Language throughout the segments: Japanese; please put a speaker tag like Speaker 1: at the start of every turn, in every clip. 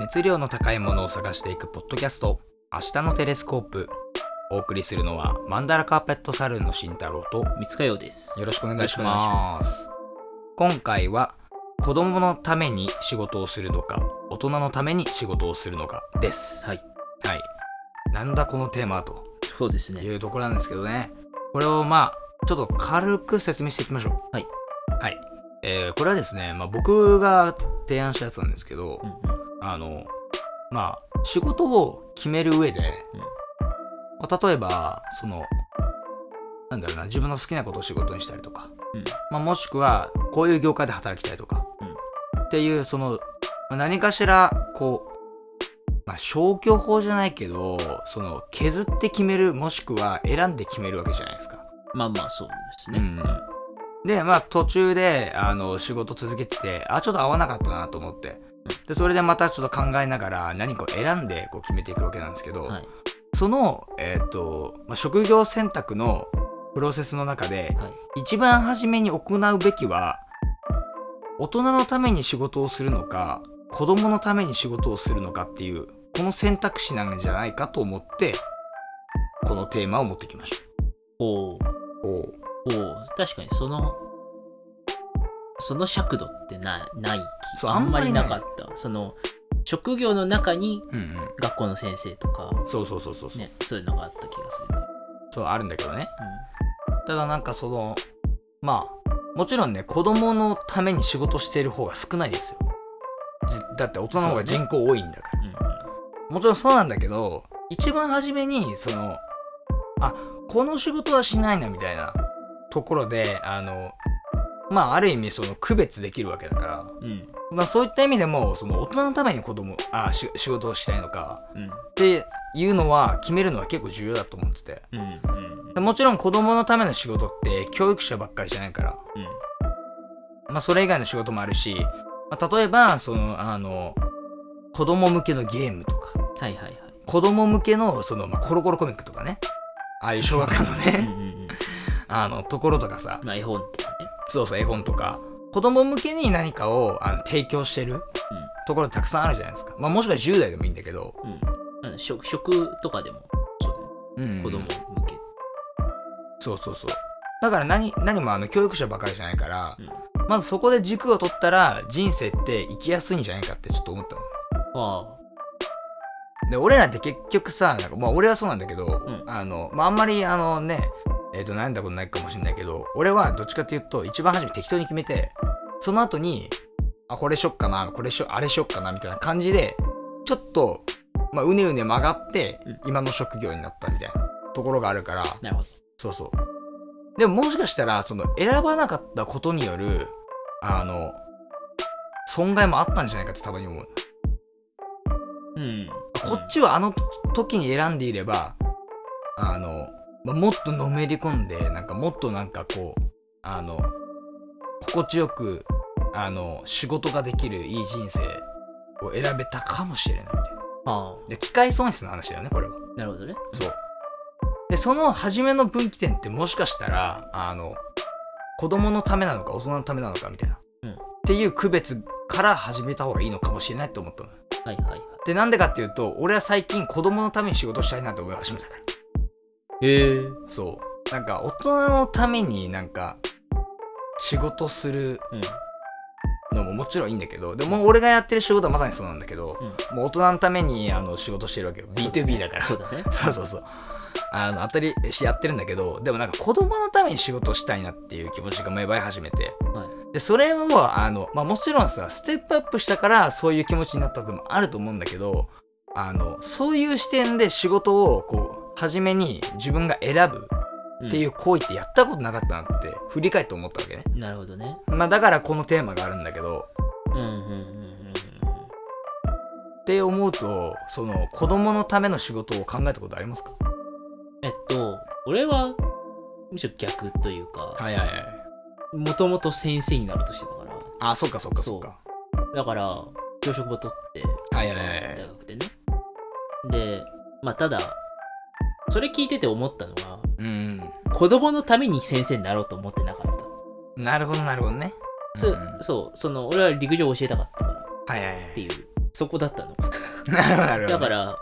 Speaker 1: 熱量の高いものを探していくポッドキャスト明日のテレスコープお送りするのはマンダラカーペットサルーンの慎太郎とよ
Speaker 2: 三塚洋です。
Speaker 1: ろしくお願いし
Speaker 2: よろくお願い
Speaker 1: ま
Speaker 2: します
Speaker 1: 今回は子供のために仕事をするのか大人のために仕事をするのかです
Speaker 2: はい。
Speaker 1: はいなんだこのテーマと
Speaker 2: そうですね。
Speaker 1: いうところなんですけどねこれをまあちょっと軽く説明していきましょう
Speaker 2: はい
Speaker 1: はいえーこれはですね、まあ、僕が提案したやつなんですけど、
Speaker 2: うんうん
Speaker 1: あのまあ仕事を決める上で、
Speaker 2: うん
Speaker 1: まあ例えばそのなんだろうな自分の好きなことを仕事にしたりとか、
Speaker 2: うん
Speaker 1: まあ、もしくはこういう業界で働きたいとか、
Speaker 2: うん
Speaker 1: っていうそのまあ何かしらこう、まあ、消去法じゃないけどその削って決めるもしくは選んで決めるわけじゃないですか。
Speaker 2: まあまあ、そうですね。
Speaker 1: う
Speaker 2: うんん
Speaker 1: でまあ途中であの仕事続けててあちょっと合わなかったなと思ってでそれでまたちょっと考えながら何かを選んでこう決めていくわけなんですけど、
Speaker 2: はい。
Speaker 1: その、えーとまあ、職業選択のプロセスの中で
Speaker 2: はい。
Speaker 1: 一番初めに行うべきは大人のために仕事をするのか子供のために仕事をするのかっていうこの選択肢なんじゃないかと思ってこのテーマを持ってきまし
Speaker 2: おお
Speaker 1: た。お
Speaker 2: おー確かにその、その尺度ってなない気
Speaker 1: そう
Speaker 2: あんま
Speaker 1: あ
Speaker 2: り
Speaker 1: んま
Speaker 2: な
Speaker 1: りな
Speaker 2: か
Speaker 1: い
Speaker 2: った。その、職業の中に
Speaker 1: うんうん、
Speaker 2: 学校の先生とか、
Speaker 1: そうそうそうそうそう,、
Speaker 2: ね、そういうのがあった気がするから。
Speaker 1: そうあるんだけどねただなんかそのまあもちろんね子供のために仕事している方が少ないですよじだって大人の方が人口多いんだから
Speaker 2: うん。うん
Speaker 1: もちろんそうなんだけど一番初めにそのあこの仕事はしないなみたいなところであのまあある意味その区別できるわけだから、
Speaker 2: うん。うん。
Speaker 1: まあ、そういった意味でもその大人のために子供あし仕事をしたいのか
Speaker 2: うん。
Speaker 1: っていうのは決めるのは結構重要だと思ってて
Speaker 2: うん。うん。
Speaker 1: でもちろん子供のための仕事って教育者ばっかりじゃないから
Speaker 2: うん。
Speaker 1: まあ、それ以外の仕事もあるし、まあ、例えばそのあの子供向けのゲームとか
Speaker 2: はいはいはい。
Speaker 1: 子供向けのその、まあ、コロコロコミックとかねああいう小学館の
Speaker 2: うんう
Speaker 1: ね
Speaker 2: ん
Speaker 1: あのところとかさ
Speaker 2: うん。まあ、絵本とかね。
Speaker 1: そうそう絵本とか子供向けに何かをあの提供してるところたくさんあるじゃないですか、まあ、もしくは10代でもいいんだけど、
Speaker 2: うん。うん。あの食、食とかでも、そうだよね
Speaker 1: うん
Speaker 2: 子供向け。
Speaker 1: そうそうそうだから何何もあの教育者ばかりじゃないから、
Speaker 2: うん
Speaker 1: まずそこで軸を取ったら人生って生きやすいんじゃないかってちょっと思ったの。
Speaker 2: あ
Speaker 1: で俺らって結局さなんか、まあ、俺はそうなんだけど、
Speaker 2: ん
Speaker 1: あのまあ、あんまりあのねえっ、と悩んだことないかもしれないけど俺はどっちかっていうと一番初め適当に決めてその後にあこれしよっかなこれしよあれしよっかなみたいな感じでちょっと、まあ、うねうね曲がって、
Speaker 2: うん
Speaker 1: 今の職業になったみたいなところがあるから
Speaker 2: あ、なるほど。
Speaker 1: そうそうでももしかしたらその選ばなかったことによるあの損害もあったんじゃないかってたまに思う
Speaker 2: うん。
Speaker 1: こっちはあの時に選んでいれば、あの、まもっとのめり込んで、なんかもっとなんかこう、あの、心地よく、あの、仕事ができるいい人生を選べたかもしれないみたいな。
Speaker 2: あ
Speaker 1: で、機械損失の話だよね、これは。
Speaker 2: あ、なるほどね。
Speaker 1: そう。で、その初めの分岐点ってもしかしたら、あの、子供のためなのか大人のためなのかみたいな。
Speaker 2: うん
Speaker 1: っていう区別から始めた方がいいのかもしれないって思ったの。
Speaker 2: はいはいはい。
Speaker 1: でなんでかっていうと俺は最近子供のために仕事したいなって思い始めたから
Speaker 2: へえ。
Speaker 1: そうなんか大人のためになんか仕事する
Speaker 2: うん。
Speaker 1: のももちろんいいんだけどでも俺がやってる仕事はまさにそうなんだけど、もう大人のためにあの仕事してるわけよ B2B だから
Speaker 2: そうだね。
Speaker 1: そうそうそうあの当たりしやってるんだけどでもなんか子供のために仕事したいなっていう気持ちが芽生え始めて
Speaker 2: はい。
Speaker 1: でそれをあの、まあ、もちろんさステップアップしたからそういう気持ちになったのもあると思うんだけどあのそういう視点で仕事をこう初めに自分が選ぶっていう行為ってやったことなかったなって振り返って思ったわけね、
Speaker 2: うん。なるほどね。
Speaker 1: まあ、だからこのテーマがあるんだけど
Speaker 2: うんうんうん
Speaker 1: って思うとその子供のための仕事を考えたことありますか
Speaker 2: えっと、俺は、むしろ逆というか、
Speaker 1: いはいはい
Speaker 2: もともと先生になろうとしてたから、
Speaker 1: あそっかそっかそっか
Speaker 2: だから、教職も取って、
Speaker 1: はいはいはいはい
Speaker 2: 大学でね。で、まあ、ただ、それ聞いてて思ったのが、
Speaker 1: うん
Speaker 2: 子供のために先生になろうと思ってなかった。
Speaker 1: なるほどなるほどね
Speaker 2: そ
Speaker 1: うん
Speaker 2: そう、その、俺は陸上を教えたかったから
Speaker 1: はいはいは
Speaker 2: って
Speaker 1: い
Speaker 2: いう、そこだったの。
Speaker 1: なるほどなるほど
Speaker 2: だから、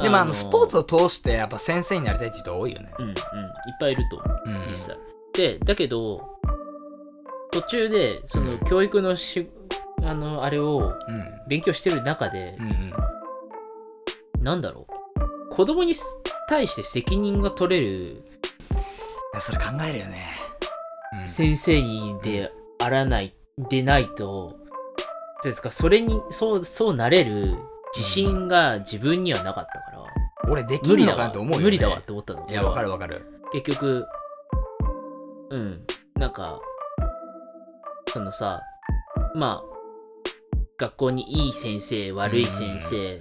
Speaker 1: でもあの
Speaker 2: ー
Speaker 1: スポーツを通してやっぱ先生になりたいって人多いよね
Speaker 2: うんうん、いっぱいいると思
Speaker 1: う
Speaker 2: う、
Speaker 1: んうん
Speaker 2: 実際。で、だけど、途中で、その教育のし、あの、あれを
Speaker 1: うん
Speaker 2: 勉強してる中で
Speaker 1: う、んうん
Speaker 2: なんだろう、子供に対して責任が取れる
Speaker 1: いやそれ考えるよね、うん
Speaker 2: 先生にであらない、でないと、そうですか、それに、そう、そうなれる自信が自分にはなかったから、
Speaker 1: 俺でき
Speaker 2: 無
Speaker 1: る
Speaker 2: 理
Speaker 1: の
Speaker 2: だ
Speaker 1: かな
Speaker 2: わ
Speaker 1: って思うよ、ね、
Speaker 2: 無理だわって思ったの。
Speaker 1: いやわかるわかる
Speaker 2: 結局うんなんかそのさまあ学校にいい先生悪い先生、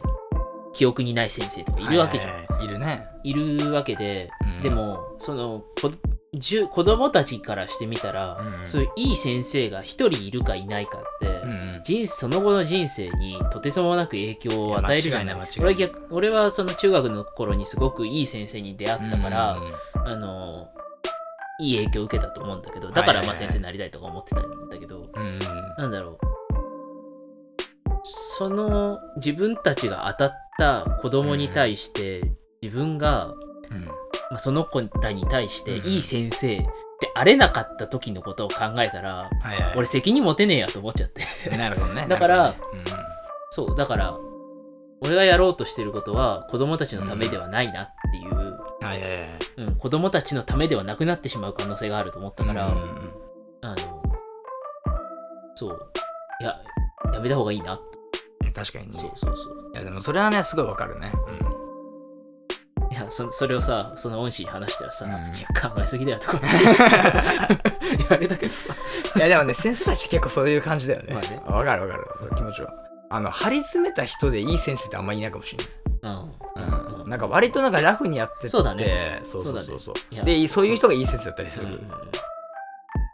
Speaker 2: 記憶にない先生とかいるわけじゃん、
Speaker 1: はいいはいはいいるね、
Speaker 2: るわけで、
Speaker 1: うん
Speaker 2: でもそのこじゅ子供たちからしてみたら、
Speaker 1: うんうん
Speaker 2: そういういい先生が一人いるかいないかって、
Speaker 1: うんうん
Speaker 2: 人その後の人生にとてつもなく影響を与えるじゃない
Speaker 1: いや間違いない間違
Speaker 2: 俺
Speaker 1: いない
Speaker 2: 逆俺はその中学の頃にすごくいい先生に出会ったから、
Speaker 1: うんうんうん
Speaker 2: あのいい影響を受けたと思うんだけどだから
Speaker 1: はい
Speaker 2: ま
Speaker 1: はいは
Speaker 2: あ
Speaker 1: い
Speaker 2: 先生になりたいとか思ってたんだけど
Speaker 1: うんうん
Speaker 2: なんだろうその自分たちが当たった子供に対して自分が、
Speaker 1: うん
Speaker 2: まあ、その子らに対して
Speaker 1: うん
Speaker 2: いい先生ってあれなかった時のことを考えたら
Speaker 1: はいはい
Speaker 2: 俺責任持てねえやと思っちゃって
Speaker 1: なるほどね
Speaker 2: だから
Speaker 1: なるほどね
Speaker 2: そうだから俺がやろうとしてることは子供たちのためではないなってい
Speaker 1: う
Speaker 2: う、
Speaker 1: んはいはいはい
Speaker 2: うん子供たちのためではなくなってしまう可能性があると思ったから。
Speaker 1: うんうんうん
Speaker 2: あの、そう、いや、やめた方がいいなって、
Speaker 1: いや確かにね
Speaker 2: そうそうそう。
Speaker 1: いやでもそれはねすごいわかるねうん
Speaker 2: いや、そそれをさ、その恩師に話したらさ、
Speaker 1: うん
Speaker 2: いや、考えすぎだよとかって 言われたけどさ、
Speaker 1: いやでもね先生たちって結構そういう感じだよね
Speaker 2: まあね
Speaker 1: わかるわかるその気持ちはあの張り詰めた人でいい先生ってあんまりいないかもしれない
Speaker 2: うん、うん、
Speaker 1: うんなんか割となんかラフにやってって
Speaker 2: そうだね
Speaker 1: そうそうそうそう
Speaker 2: そうだねい
Speaker 1: で
Speaker 2: や
Speaker 1: そういう人がいい先生だったりす
Speaker 2: うんうんう
Speaker 1: る
Speaker 2: ん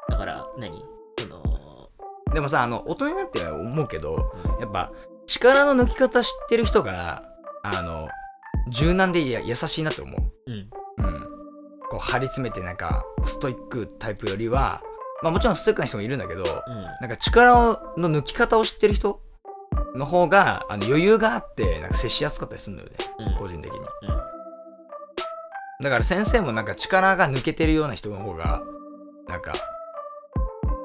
Speaker 2: だから、何その、
Speaker 1: でもさあの大人になって思うけど
Speaker 2: うん
Speaker 1: やっぱ力の抜き方知ってる人があの柔軟でや優しいなと思う
Speaker 2: うん、
Speaker 1: うんこう張り詰めてなんかストイックタイプよりはまあもちろんストイックな人もいるんだけど
Speaker 2: うん、
Speaker 1: なんか力の抜き方を知ってる人の方があの余裕があってなんか接しやすかったりするんだよね
Speaker 2: うん、
Speaker 1: 個人的に
Speaker 2: うん
Speaker 1: だから先生もなんか力が抜けてるような人の方がなんか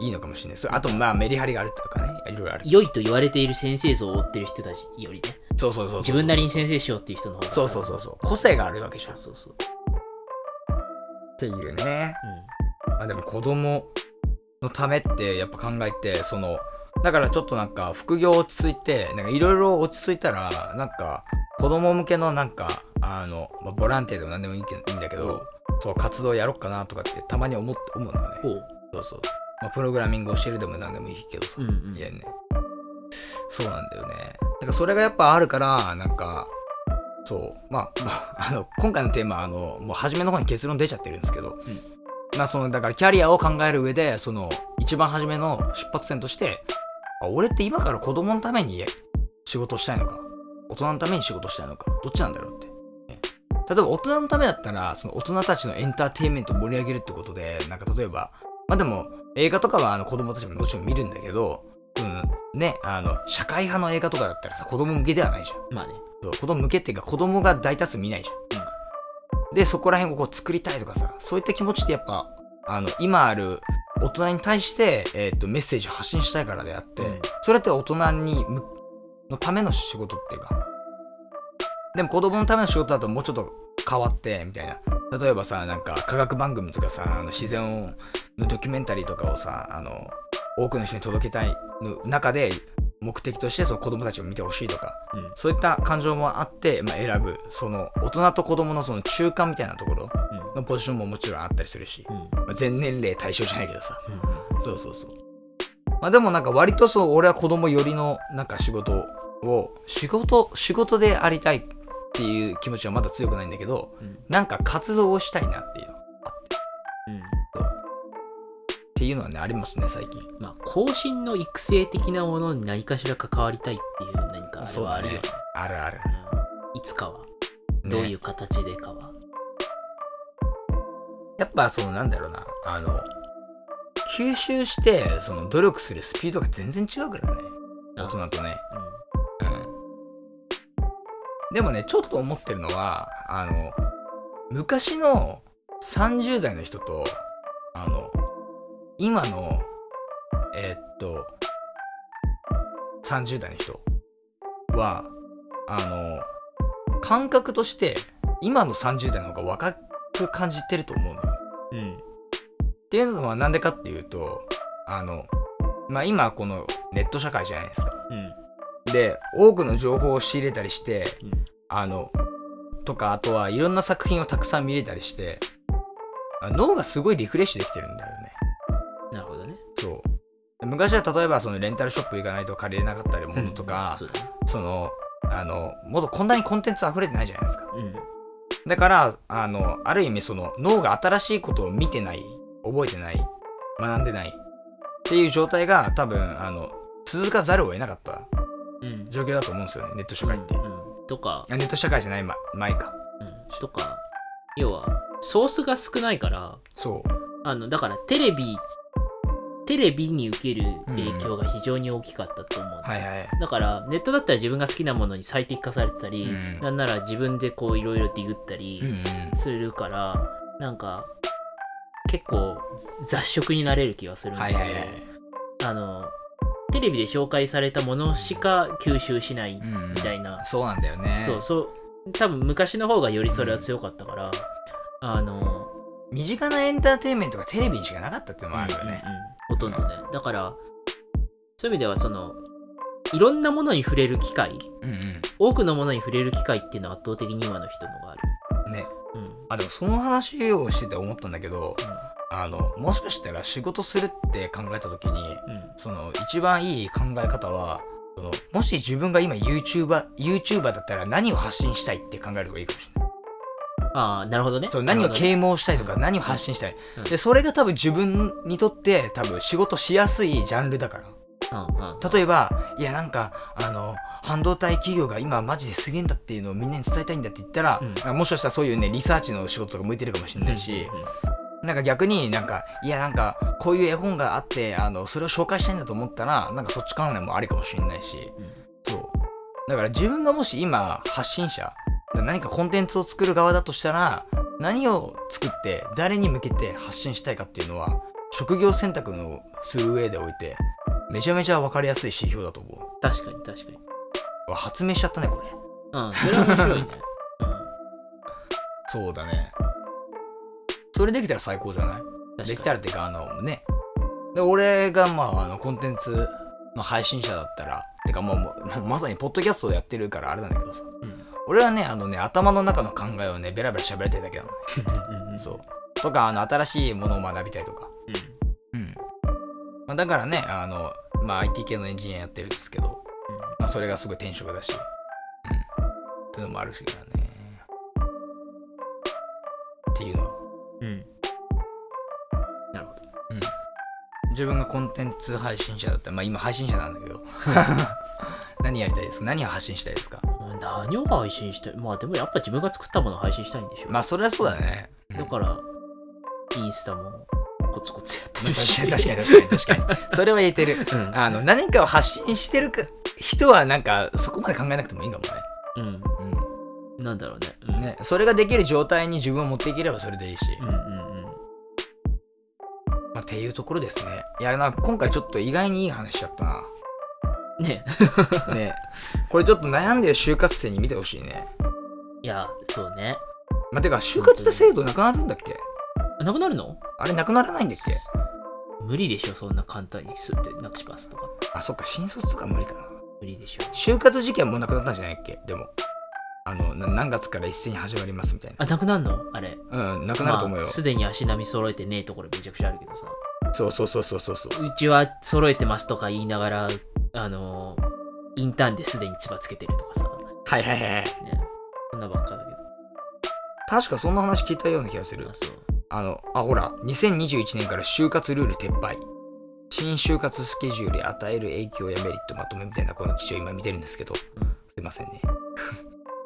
Speaker 1: いいのかもしれないそれあとまあメリハリがあるとかねいろいろある
Speaker 2: 良いと言われている先生像を追ってる人たちよりね、
Speaker 1: そうそうそうそう
Speaker 2: 自分なりに先生しようっていう人の方が、
Speaker 1: そうそうそうそう個性があるわけじゃんっ
Speaker 2: そうそうそう、
Speaker 1: ていうね
Speaker 2: うん。
Speaker 1: あでも子供のためってやっぱ考えてそのだからちょっとなんか副業落ち着いてなんかいろいろ落ち着いたらなんか子供向けのなんかあの、まあ、ボランティアでも何でもいいけいいんだけどそう活動やろっかなとかってたまに思って思うのね
Speaker 2: ほう、
Speaker 1: そうそう、まあ、プログラミングを教えるでも何でもいいけどさ、
Speaker 2: うん、うん
Speaker 1: い。やねそうなんだよねだからそれがやっぱあるからなんかそうまあ、まあ、あ の今回のテーマはあのもう初めの方に結論出ちゃってるんですけど、まあそのだからキャリアを考える上でその一番初めの出発点としてあ俺って今から子供のために仕事をしたいのか大人のために仕事をしたいのかどっちなんだろうってね例えば大人のためだったらその大人たちのエンターテインメントを盛り上げるってことでなんか例えばまあでも映画とかはあの子供たちももちろん見るんだけど、うん、ねあの社会派の映画とかだったらさ子供向けではないじゃん
Speaker 2: まあね、
Speaker 1: そう子供向けっていうか子供が大多数見ないじゃん、でそこら辺をこう作りたいとかさそういった気持ちってやっぱあの今ある大人に対して、えー、とメッセージを発信したいからであって、
Speaker 2: うん
Speaker 1: それって大人にむのための仕事っていうかでも子供のための仕事だともうちょっと変わってみたいな例えばさなんか科学番組とかさあの自然をのドキュメンタリーとかをさあの多くの人に届けたいの中で目的としてその子供たちを見てほしいとか
Speaker 2: うん、
Speaker 1: そういった感情もあって、まあ、選ぶその大人と子供のその中間みたいなところのポジションももちろんあったりするし、
Speaker 2: うん、うん、
Speaker 1: まあ、全年齢対象じゃないけどさ
Speaker 2: うん、
Speaker 1: そうそうそうまあでもなんか割とそう俺は子供寄りのなんか仕事を仕事仕事でありたいっていう気持ちはまだ強くないんだけど
Speaker 2: うん、
Speaker 1: なんか活動をしたいなっていうっ
Speaker 2: うん。
Speaker 1: ていうのはねありますね最近
Speaker 2: まあ、後進の育成的なものに何かしら関わりたいっていう何かあれはあるよね。
Speaker 1: あるある、
Speaker 2: うんいつかは、
Speaker 1: ね
Speaker 2: どういう形でかは。
Speaker 1: やっぱそのなんだろうなあの吸収してその努力するスピードが全然違うからね大人とね、うん、でもねちょっと思ってるのはあの昔の30代の人とあの今のえーっと30代の人はあの感覚として今の30代の方が若く感じてると思うのよ。
Speaker 2: うん。
Speaker 1: っていうのはなんでかっていうとあの、まあ、今このネット社会じゃないですか。
Speaker 2: うん。
Speaker 1: で多くの情報を仕入れたりして
Speaker 2: うん
Speaker 1: あのとかあとはいろんな作品をたくさん見れたりしてあ脳がすごいリフレッシュできてるんだよね
Speaker 2: なるほどね。
Speaker 1: そう昔は例えばそのレンタルショップ行かないと借りれなかったりものとか、
Speaker 2: うんそうだね。
Speaker 1: そのあのもっとこんなにコンテンツ溢れてないじゃないですか
Speaker 2: うん。
Speaker 1: だからあのある意味その脳が新しいことを見てない覚えてない学んでないっていう状態が多分あの続かざるを得なかった
Speaker 2: うん。
Speaker 1: 状況だと思うんですよねネット社
Speaker 2: う
Speaker 1: 会って、
Speaker 2: ん。とか、
Speaker 1: あネット社会じゃないま前か
Speaker 2: うん。とか、要は、ソースが少ないから、
Speaker 1: そう
Speaker 2: あの、だからテレビ、テレビに受ける影響が非常に大きかったと思う。
Speaker 1: はいはい
Speaker 2: だからネットだったら自分が好きなものに最適化されてたり、
Speaker 1: うん
Speaker 2: なんなら自分でこういろいろディグった
Speaker 1: うんう
Speaker 2: り
Speaker 1: ん
Speaker 2: するから、なんか結構雑食になれる気がするんだ
Speaker 1: は
Speaker 2: け
Speaker 1: い
Speaker 2: ど、
Speaker 1: はいはい
Speaker 2: あのテレビで紹介されたものしか吸収しない
Speaker 1: うんうん
Speaker 2: みたいな、
Speaker 1: そうなんだよね
Speaker 2: そうそう多分昔の方がよりそれは強かったから、あの
Speaker 1: 身近なエンターテインメントがテレビにしかなかったってのもあるよね
Speaker 2: うんうんうんほとんどねだからそういう意味ではそのいろんなものに触れる機会
Speaker 1: うんうん
Speaker 2: 多くのものに触れる機会っていうのは圧倒的に今の人のがある。
Speaker 1: ね
Speaker 2: うん。
Speaker 1: あでもその話をしてて思ったんだけどあのもしかしたら仕事するって考えた時に
Speaker 2: うん。
Speaker 1: その一番いい考え方はそのもし自分が今 YouTuber, YouTuber だったら何を発信したいって考える方がいいかもしれない
Speaker 2: ああ、なるほどね。
Speaker 1: そう何を
Speaker 2: 営
Speaker 1: 啓蒙したいとか
Speaker 2: うん
Speaker 1: 何を発信したい、
Speaker 2: うん
Speaker 1: でそれが多分自分にとって多分仕事しやすいジャンルだから
Speaker 2: うんうん。
Speaker 1: 例えばいやなんかあの半導体企業が今マジですげえんだっていうのをみんなに伝えたいんだって言ったら、
Speaker 2: う
Speaker 1: もしかしたらそういうねリサーチの仕事とか向いてるかもしれないし、
Speaker 2: うんうん
Speaker 1: なんか逆になんかいやなんかこういう絵本があってあのそれを紹介したいんだと思ったらなんかそっち関連もありかもしれないし
Speaker 2: うん
Speaker 1: そうだから自分がもし今発信者何かコンテンツを作る側だとしたら何を作って誰に向けて発信したいかっていうのは職業選択のする上でおいてめちゃめちゃ分かりやすい指標だと思う。
Speaker 2: 確かに確かに。
Speaker 1: うわ発明しちゃったねこれ
Speaker 2: うん。それは面白いね。
Speaker 1: そうだねそれできたら最高じゃない
Speaker 2: うん。
Speaker 1: できた
Speaker 2: ら。
Speaker 1: らっていうかあのねで俺がまああのコンテンツの配信者だったらてかもうもうもうまさにポッドキャストをやってるからあれなんだけどさ
Speaker 2: うん。
Speaker 1: 俺はねあのね頭の中の考えをねベラベラ喋りたいだけなのね
Speaker 2: うんうん。
Speaker 1: そうとかあの新しいものを学びたいとか
Speaker 2: うん。
Speaker 1: うん、まあ、だからねあのまあ IT 系のエンジニアやってるんですけど、まあ、それがすごい転職だしうんっていうのもあるしだねっていうのは
Speaker 2: うん。うん。なるほど。
Speaker 1: 自分がコンテンツ配信者だったら、まあ今配信者なんだ けど、何やりたいですか何を発信したいですか
Speaker 2: うん何を配信したいまあでもやっぱ自分が作ったものを配信したいんでしょ。
Speaker 1: まあそれはそうだね。
Speaker 2: だから、インスタもコツコツやって
Speaker 1: うん
Speaker 2: る
Speaker 1: 確
Speaker 2: し。
Speaker 1: かに確かに確かに確か に。それは言えてる。
Speaker 2: に。うん。
Speaker 1: あの、何かを発信してるか人はなんかそこまで考えなくてもいいかも
Speaker 2: うん。
Speaker 1: ね。
Speaker 2: なんだろうね。
Speaker 1: う
Speaker 2: う
Speaker 1: ん。
Speaker 2: ん。
Speaker 1: ね。それができる状態に自分を持っていければそれでいいし。
Speaker 2: うんうんうん。
Speaker 1: まあっていうところですね。いや、なんか今回ちょっと意外にいい話しちゃった
Speaker 2: ね
Speaker 1: な。ね。これちょっと悩んでる就活生に見てほしいね。
Speaker 2: いや、そうね。
Speaker 1: まあ、てか、就活で制度なくなるんだっけ
Speaker 2: なくなるの
Speaker 1: あれなくならないんだっけ
Speaker 2: 無理でしょそんな簡単にすってなくしますとか
Speaker 1: あ、そっか、新卒とか無理かな。
Speaker 2: 無理でしょ
Speaker 1: 就活事件もなくなったんじゃないっけでも。あの、な何月から一斉に始まりますみたい
Speaker 2: あなくなんのあれ
Speaker 1: な。うん、なくなると思うよ。
Speaker 2: まあすでに足並み揃えてねえところめちゃくちゃあるけどさ
Speaker 1: そうそうそうそうそうそう。
Speaker 2: うちは揃えてますとか言いながらあのーインターンですでにつばつけてるとかさ
Speaker 1: はいはいはいはい。
Speaker 2: ねそんなばっかだ
Speaker 1: 確かそんな話聞いたような気がす
Speaker 2: けど
Speaker 1: る
Speaker 2: あ。そう
Speaker 1: あの、あ、ほら、2021年から就活ルール撤廃。新就活スケジュールや与える影響やメリットまとめみたいなこの記事を今見てるんですけど。すいませんね。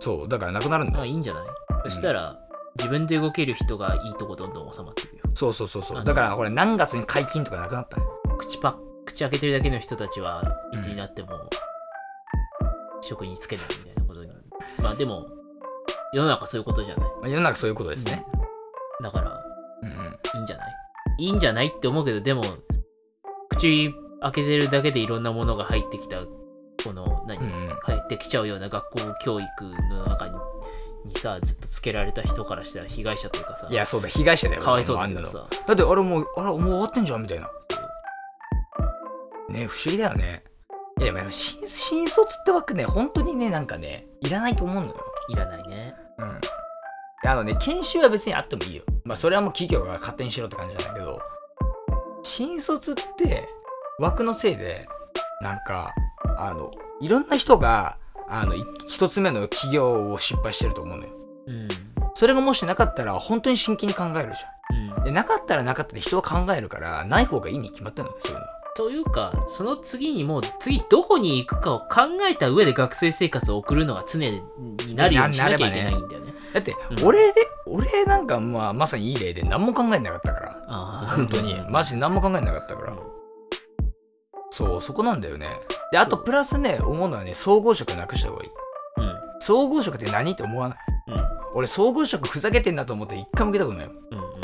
Speaker 1: そう、だからなくなるんだ
Speaker 2: まあいいんじゃないそしたら、自分で動ける人がいいとこどんどん収まっていくよ
Speaker 1: そうそうそうそ
Speaker 2: あ
Speaker 1: う。だからこれ何月に解禁とかなくなったね
Speaker 2: 口パッ口開けてるだけの人たちはいつになっても、職につけないみたいなことにまあでも世の中そういうことじゃない
Speaker 1: まあ世の中そういうことですね。
Speaker 2: だから
Speaker 1: うんうん。
Speaker 2: いいんじゃないいいんじゃないって思うけどでも口開けてるだけでいろんなものが入ってきたこの何、
Speaker 1: うんうん
Speaker 2: 入ってきちゃうような学校教育の中ににさずっとつけられた人からしたら被害者というかさ
Speaker 1: いや、そうだ、被害者だよ。
Speaker 2: かわいそう
Speaker 1: もあ
Speaker 2: だ
Speaker 1: ん
Speaker 2: け
Speaker 1: な
Speaker 2: ど
Speaker 1: の。
Speaker 2: さ
Speaker 1: だって、あれもう、あら、もう終わってんじゃんみたいな。ね、不思議だよね。いや、でも新新卒って枠ね、本当にね、なんかね、いらないと思うのよ。
Speaker 2: いらないね
Speaker 1: うん。あのね、研修は別にあってもいいよ。まあ、それはもう企業が勝手にしろって感じなんだけど、新卒って枠のせいで、なんか、あの、いろんな人が、あの、い一つ目の企業を失敗してると思うのよ。
Speaker 2: うん
Speaker 1: それがもしなかったら、本当に真剣に考えるじ
Speaker 2: うん
Speaker 1: ゃん。で、なかったらなかったで人は考えるから、ない方がいいに決まってるのよ、そういうのは。
Speaker 2: というかその次にもう次どこに行くかを考えた上で学生生活を送るのが常になるようにしなきゃいけないんだよね
Speaker 1: だって、
Speaker 2: うん
Speaker 1: 俺で、俺なんか、まあ、まさにいい例で、何も考えなかったから。
Speaker 2: ああ
Speaker 1: 本当に、マジで何も考えなかったから。そう、そこなんだよね。で、あと
Speaker 2: そう
Speaker 1: プラスね、思うのはね、総合職なくした方がいい。
Speaker 2: うんうん
Speaker 1: 総合職って何って思わない。
Speaker 2: うん
Speaker 1: 俺、総合職ふざけてんだと思って一回も受けたことないもん。
Speaker 2: うんうんうんうん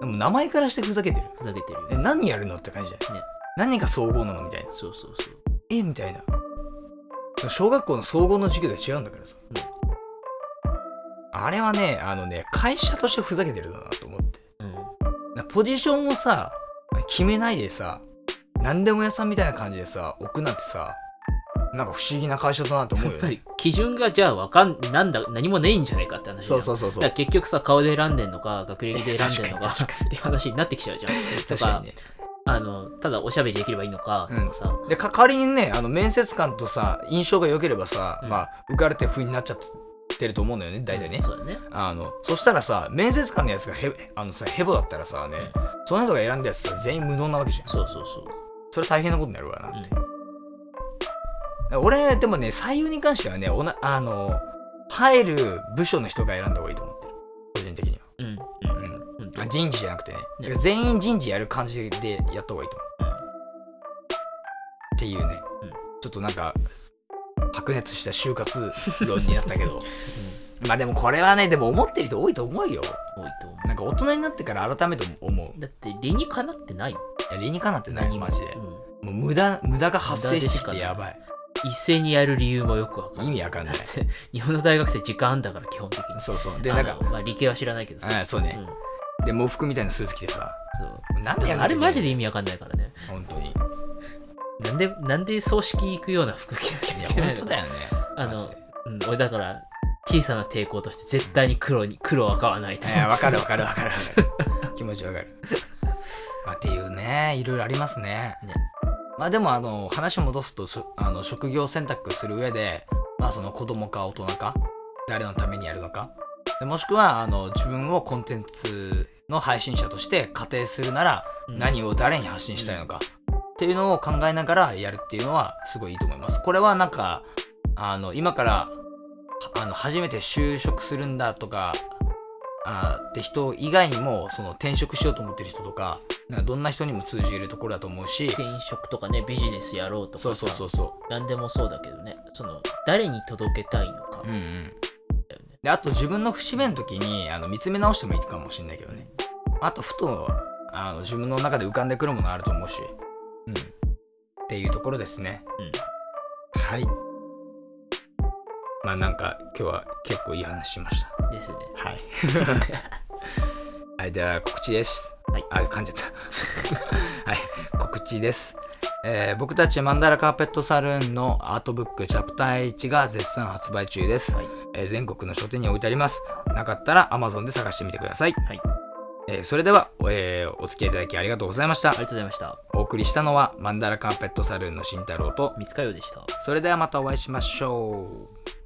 Speaker 1: でも名前からしてふざけてる。
Speaker 2: ふざけてるよ
Speaker 1: え、
Speaker 2: ね
Speaker 1: 何やるのって感じじゃない、
Speaker 2: ね
Speaker 1: 何が総合なのみたいな。
Speaker 2: そうそうそう
Speaker 1: えみたいな。小学校の総合の授業では違うんだからさ。あれはね、あのね、会社としてふざけてるだなと思って。
Speaker 2: うん
Speaker 1: なポジションをさ、決めないでさ、何でも屋さんみたいな感じでさ、置くなんてさ、なんか不思議な会社だなと思うよ、
Speaker 2: や
Speaker 1: ね。
Speaker 2: っぱり基準がじゃあわかんなんだ何もないんじゃないかって話
Speaker 1: そうそううそうそ
Speaker 2: だから
Speaker 1: う。
Speaker 2: 結局さ顔で選んでんのか学歴で選んでんのか
Speaker 1: 確か
Speaker 2: って話になってきちゃうじゃんと
Speaker 1: 確か
Speaker 2: か
Speaker 1: にね。
Speaker 2: あのただおしゃべりできればいいのかとかさ、
Speaker 1: で、か代わりにね、あの、面接官とさ、印象が良ければさ、
Speaker 2: うん
Speaker 1: まあ、受かれて風になっちゃってると思うんだよね、大体ね。
Speaker 2: そうだね
Speaker 1: あの、そしたらさ、面接官のやつがへ、あのさ、ヘボだったらさ、ね、その人が選んだやつさ、全員無能なわけじゃん。
Speaker 2: そうそうそう
Speaker 1: それ大変なことになるわなって。
Speaker 2: うん
Speaker 1: だから俺、でもね、採用に関してはね、おな、あの、入る部署の人が選んだ方がいいと思ってる。個人的には。
Speaker 2: うんうん
Speaker 1: うん。
Speaker 2: うん
Speaker 1: あ人事じゃなくてね。
Speaker 2: ね
Speaker 1: だから全員人事やる感じでやった方がいいと思う。っていうね、
Speaker 2: うん
Speaker 1: ちょっとなんか、白熱した就活論になったけ ど。まあでもこれはね、でも思ってる人多いと思うよ。
Speaker 2: 多いと思
Speaker 1: なんか大人になってから改めて思う
Speaker 2: う。だって理にかなってない
Speaker 1: いや、理にかなってない、
Speaker 2: も
Speaker 1: マジで
Speaker 2: う。ん
Speaker 1: もう無駄、無駄が発生してきてやばい。
Speaker 2: 一斉にやる理由もよくわかんない
Speaker 1: 意味わかんない
Speaker 2: だって日本の大学生時間あんだから基本的に
Speaker 1: そうそう。で、なん
Speaker 2: あ
Speaker 1: か
Speaker 2: の、まあ、理系は知らないけどさ
Speaker 1: あそうね。
Speaker 2: うん
Speaker 1: で、喪服みたいなスーツ着てさ。
Speaker 2: そう
Speaker 1: なんでやんなきゃいけない
Speaker 2: あれマジで意味わかんないからね
Speaker 1: 本当に。い
Speaker 2: なんでなんで葬式行くような服着なきゃ
Speaker 1: や、
Speaker 2: いけな
Speaker 1: 本
Speaker 2: い
Speaker 1: 当
Speaker 2: の
Speaker 1: だよね。
Speaker 2: あの
Speaker 1: マジで
Speaker 2: うん、俺だから小さな抵抗として絶対に黒に黒は買わないと
Speaker 1: いや、わかるわかるわかるわかる。気持ちわかる。まあ、っていうね、いろいろありますね。
Speaker 2: ね
Speaker 1: まあでも、あの、話を戻すと、そあの職業選択する上で、まあその子供か大人か、誰のためにやるのか。でもしくは、あの、自分をコンテンツの配信者として仮定するなら、
Speaker 2: うん
Speaker 1: 何を誰に発信したいのかっていうのを考えながらやるっていうのはすごいいいと思います。これはなんかあの今からはあの初めて就職するんだとかあーって人以外にもその転職しようと思ってる人とかなんかどんな人にも通じるところだと思うし
Speaker 2: 転職とかねビジネスやろうとか
Speaker 1: そうそうそうそ
Speaker 2: 何でもそうだけどねその誰に届けたいのか
Speaker 1: う。うんうん
Speaker 2: だよね
Speaker 1: であと自分の節目の時にあの見つめ直してもいいかもしれないけどねあとふとあの自分の中で浮かんでくるものあると思うし、うん、っていうところですね
Speaker 2: うん
Speaker 1: はいまあなんか今日は結構いい話しました
Speaker 2: ですね
Speaker 1: はい はいでは告知です
Speaker 2: はい
Speaker 1: あ噛んじゃった はい告知ですえー僕たちマンダラカーペットサルーンのアートブックチャプター1が絶賛発売中です、
Speaker 2: はい
Speaker 1: えー全国の書店に置いてありますなかったら Amazon で探してみてください、
Speaker 2: はい
Speaker 1: えーそれでは、えーお付き合いいただきありがとうございました
Speaker 2: ありがとうございました
Speaker 1: お送りしたのはマンダラカーペットサルーンの慎太郎と
Speaker 2: 三塚洋でした
Speaker 1: それではまたお会いしましょう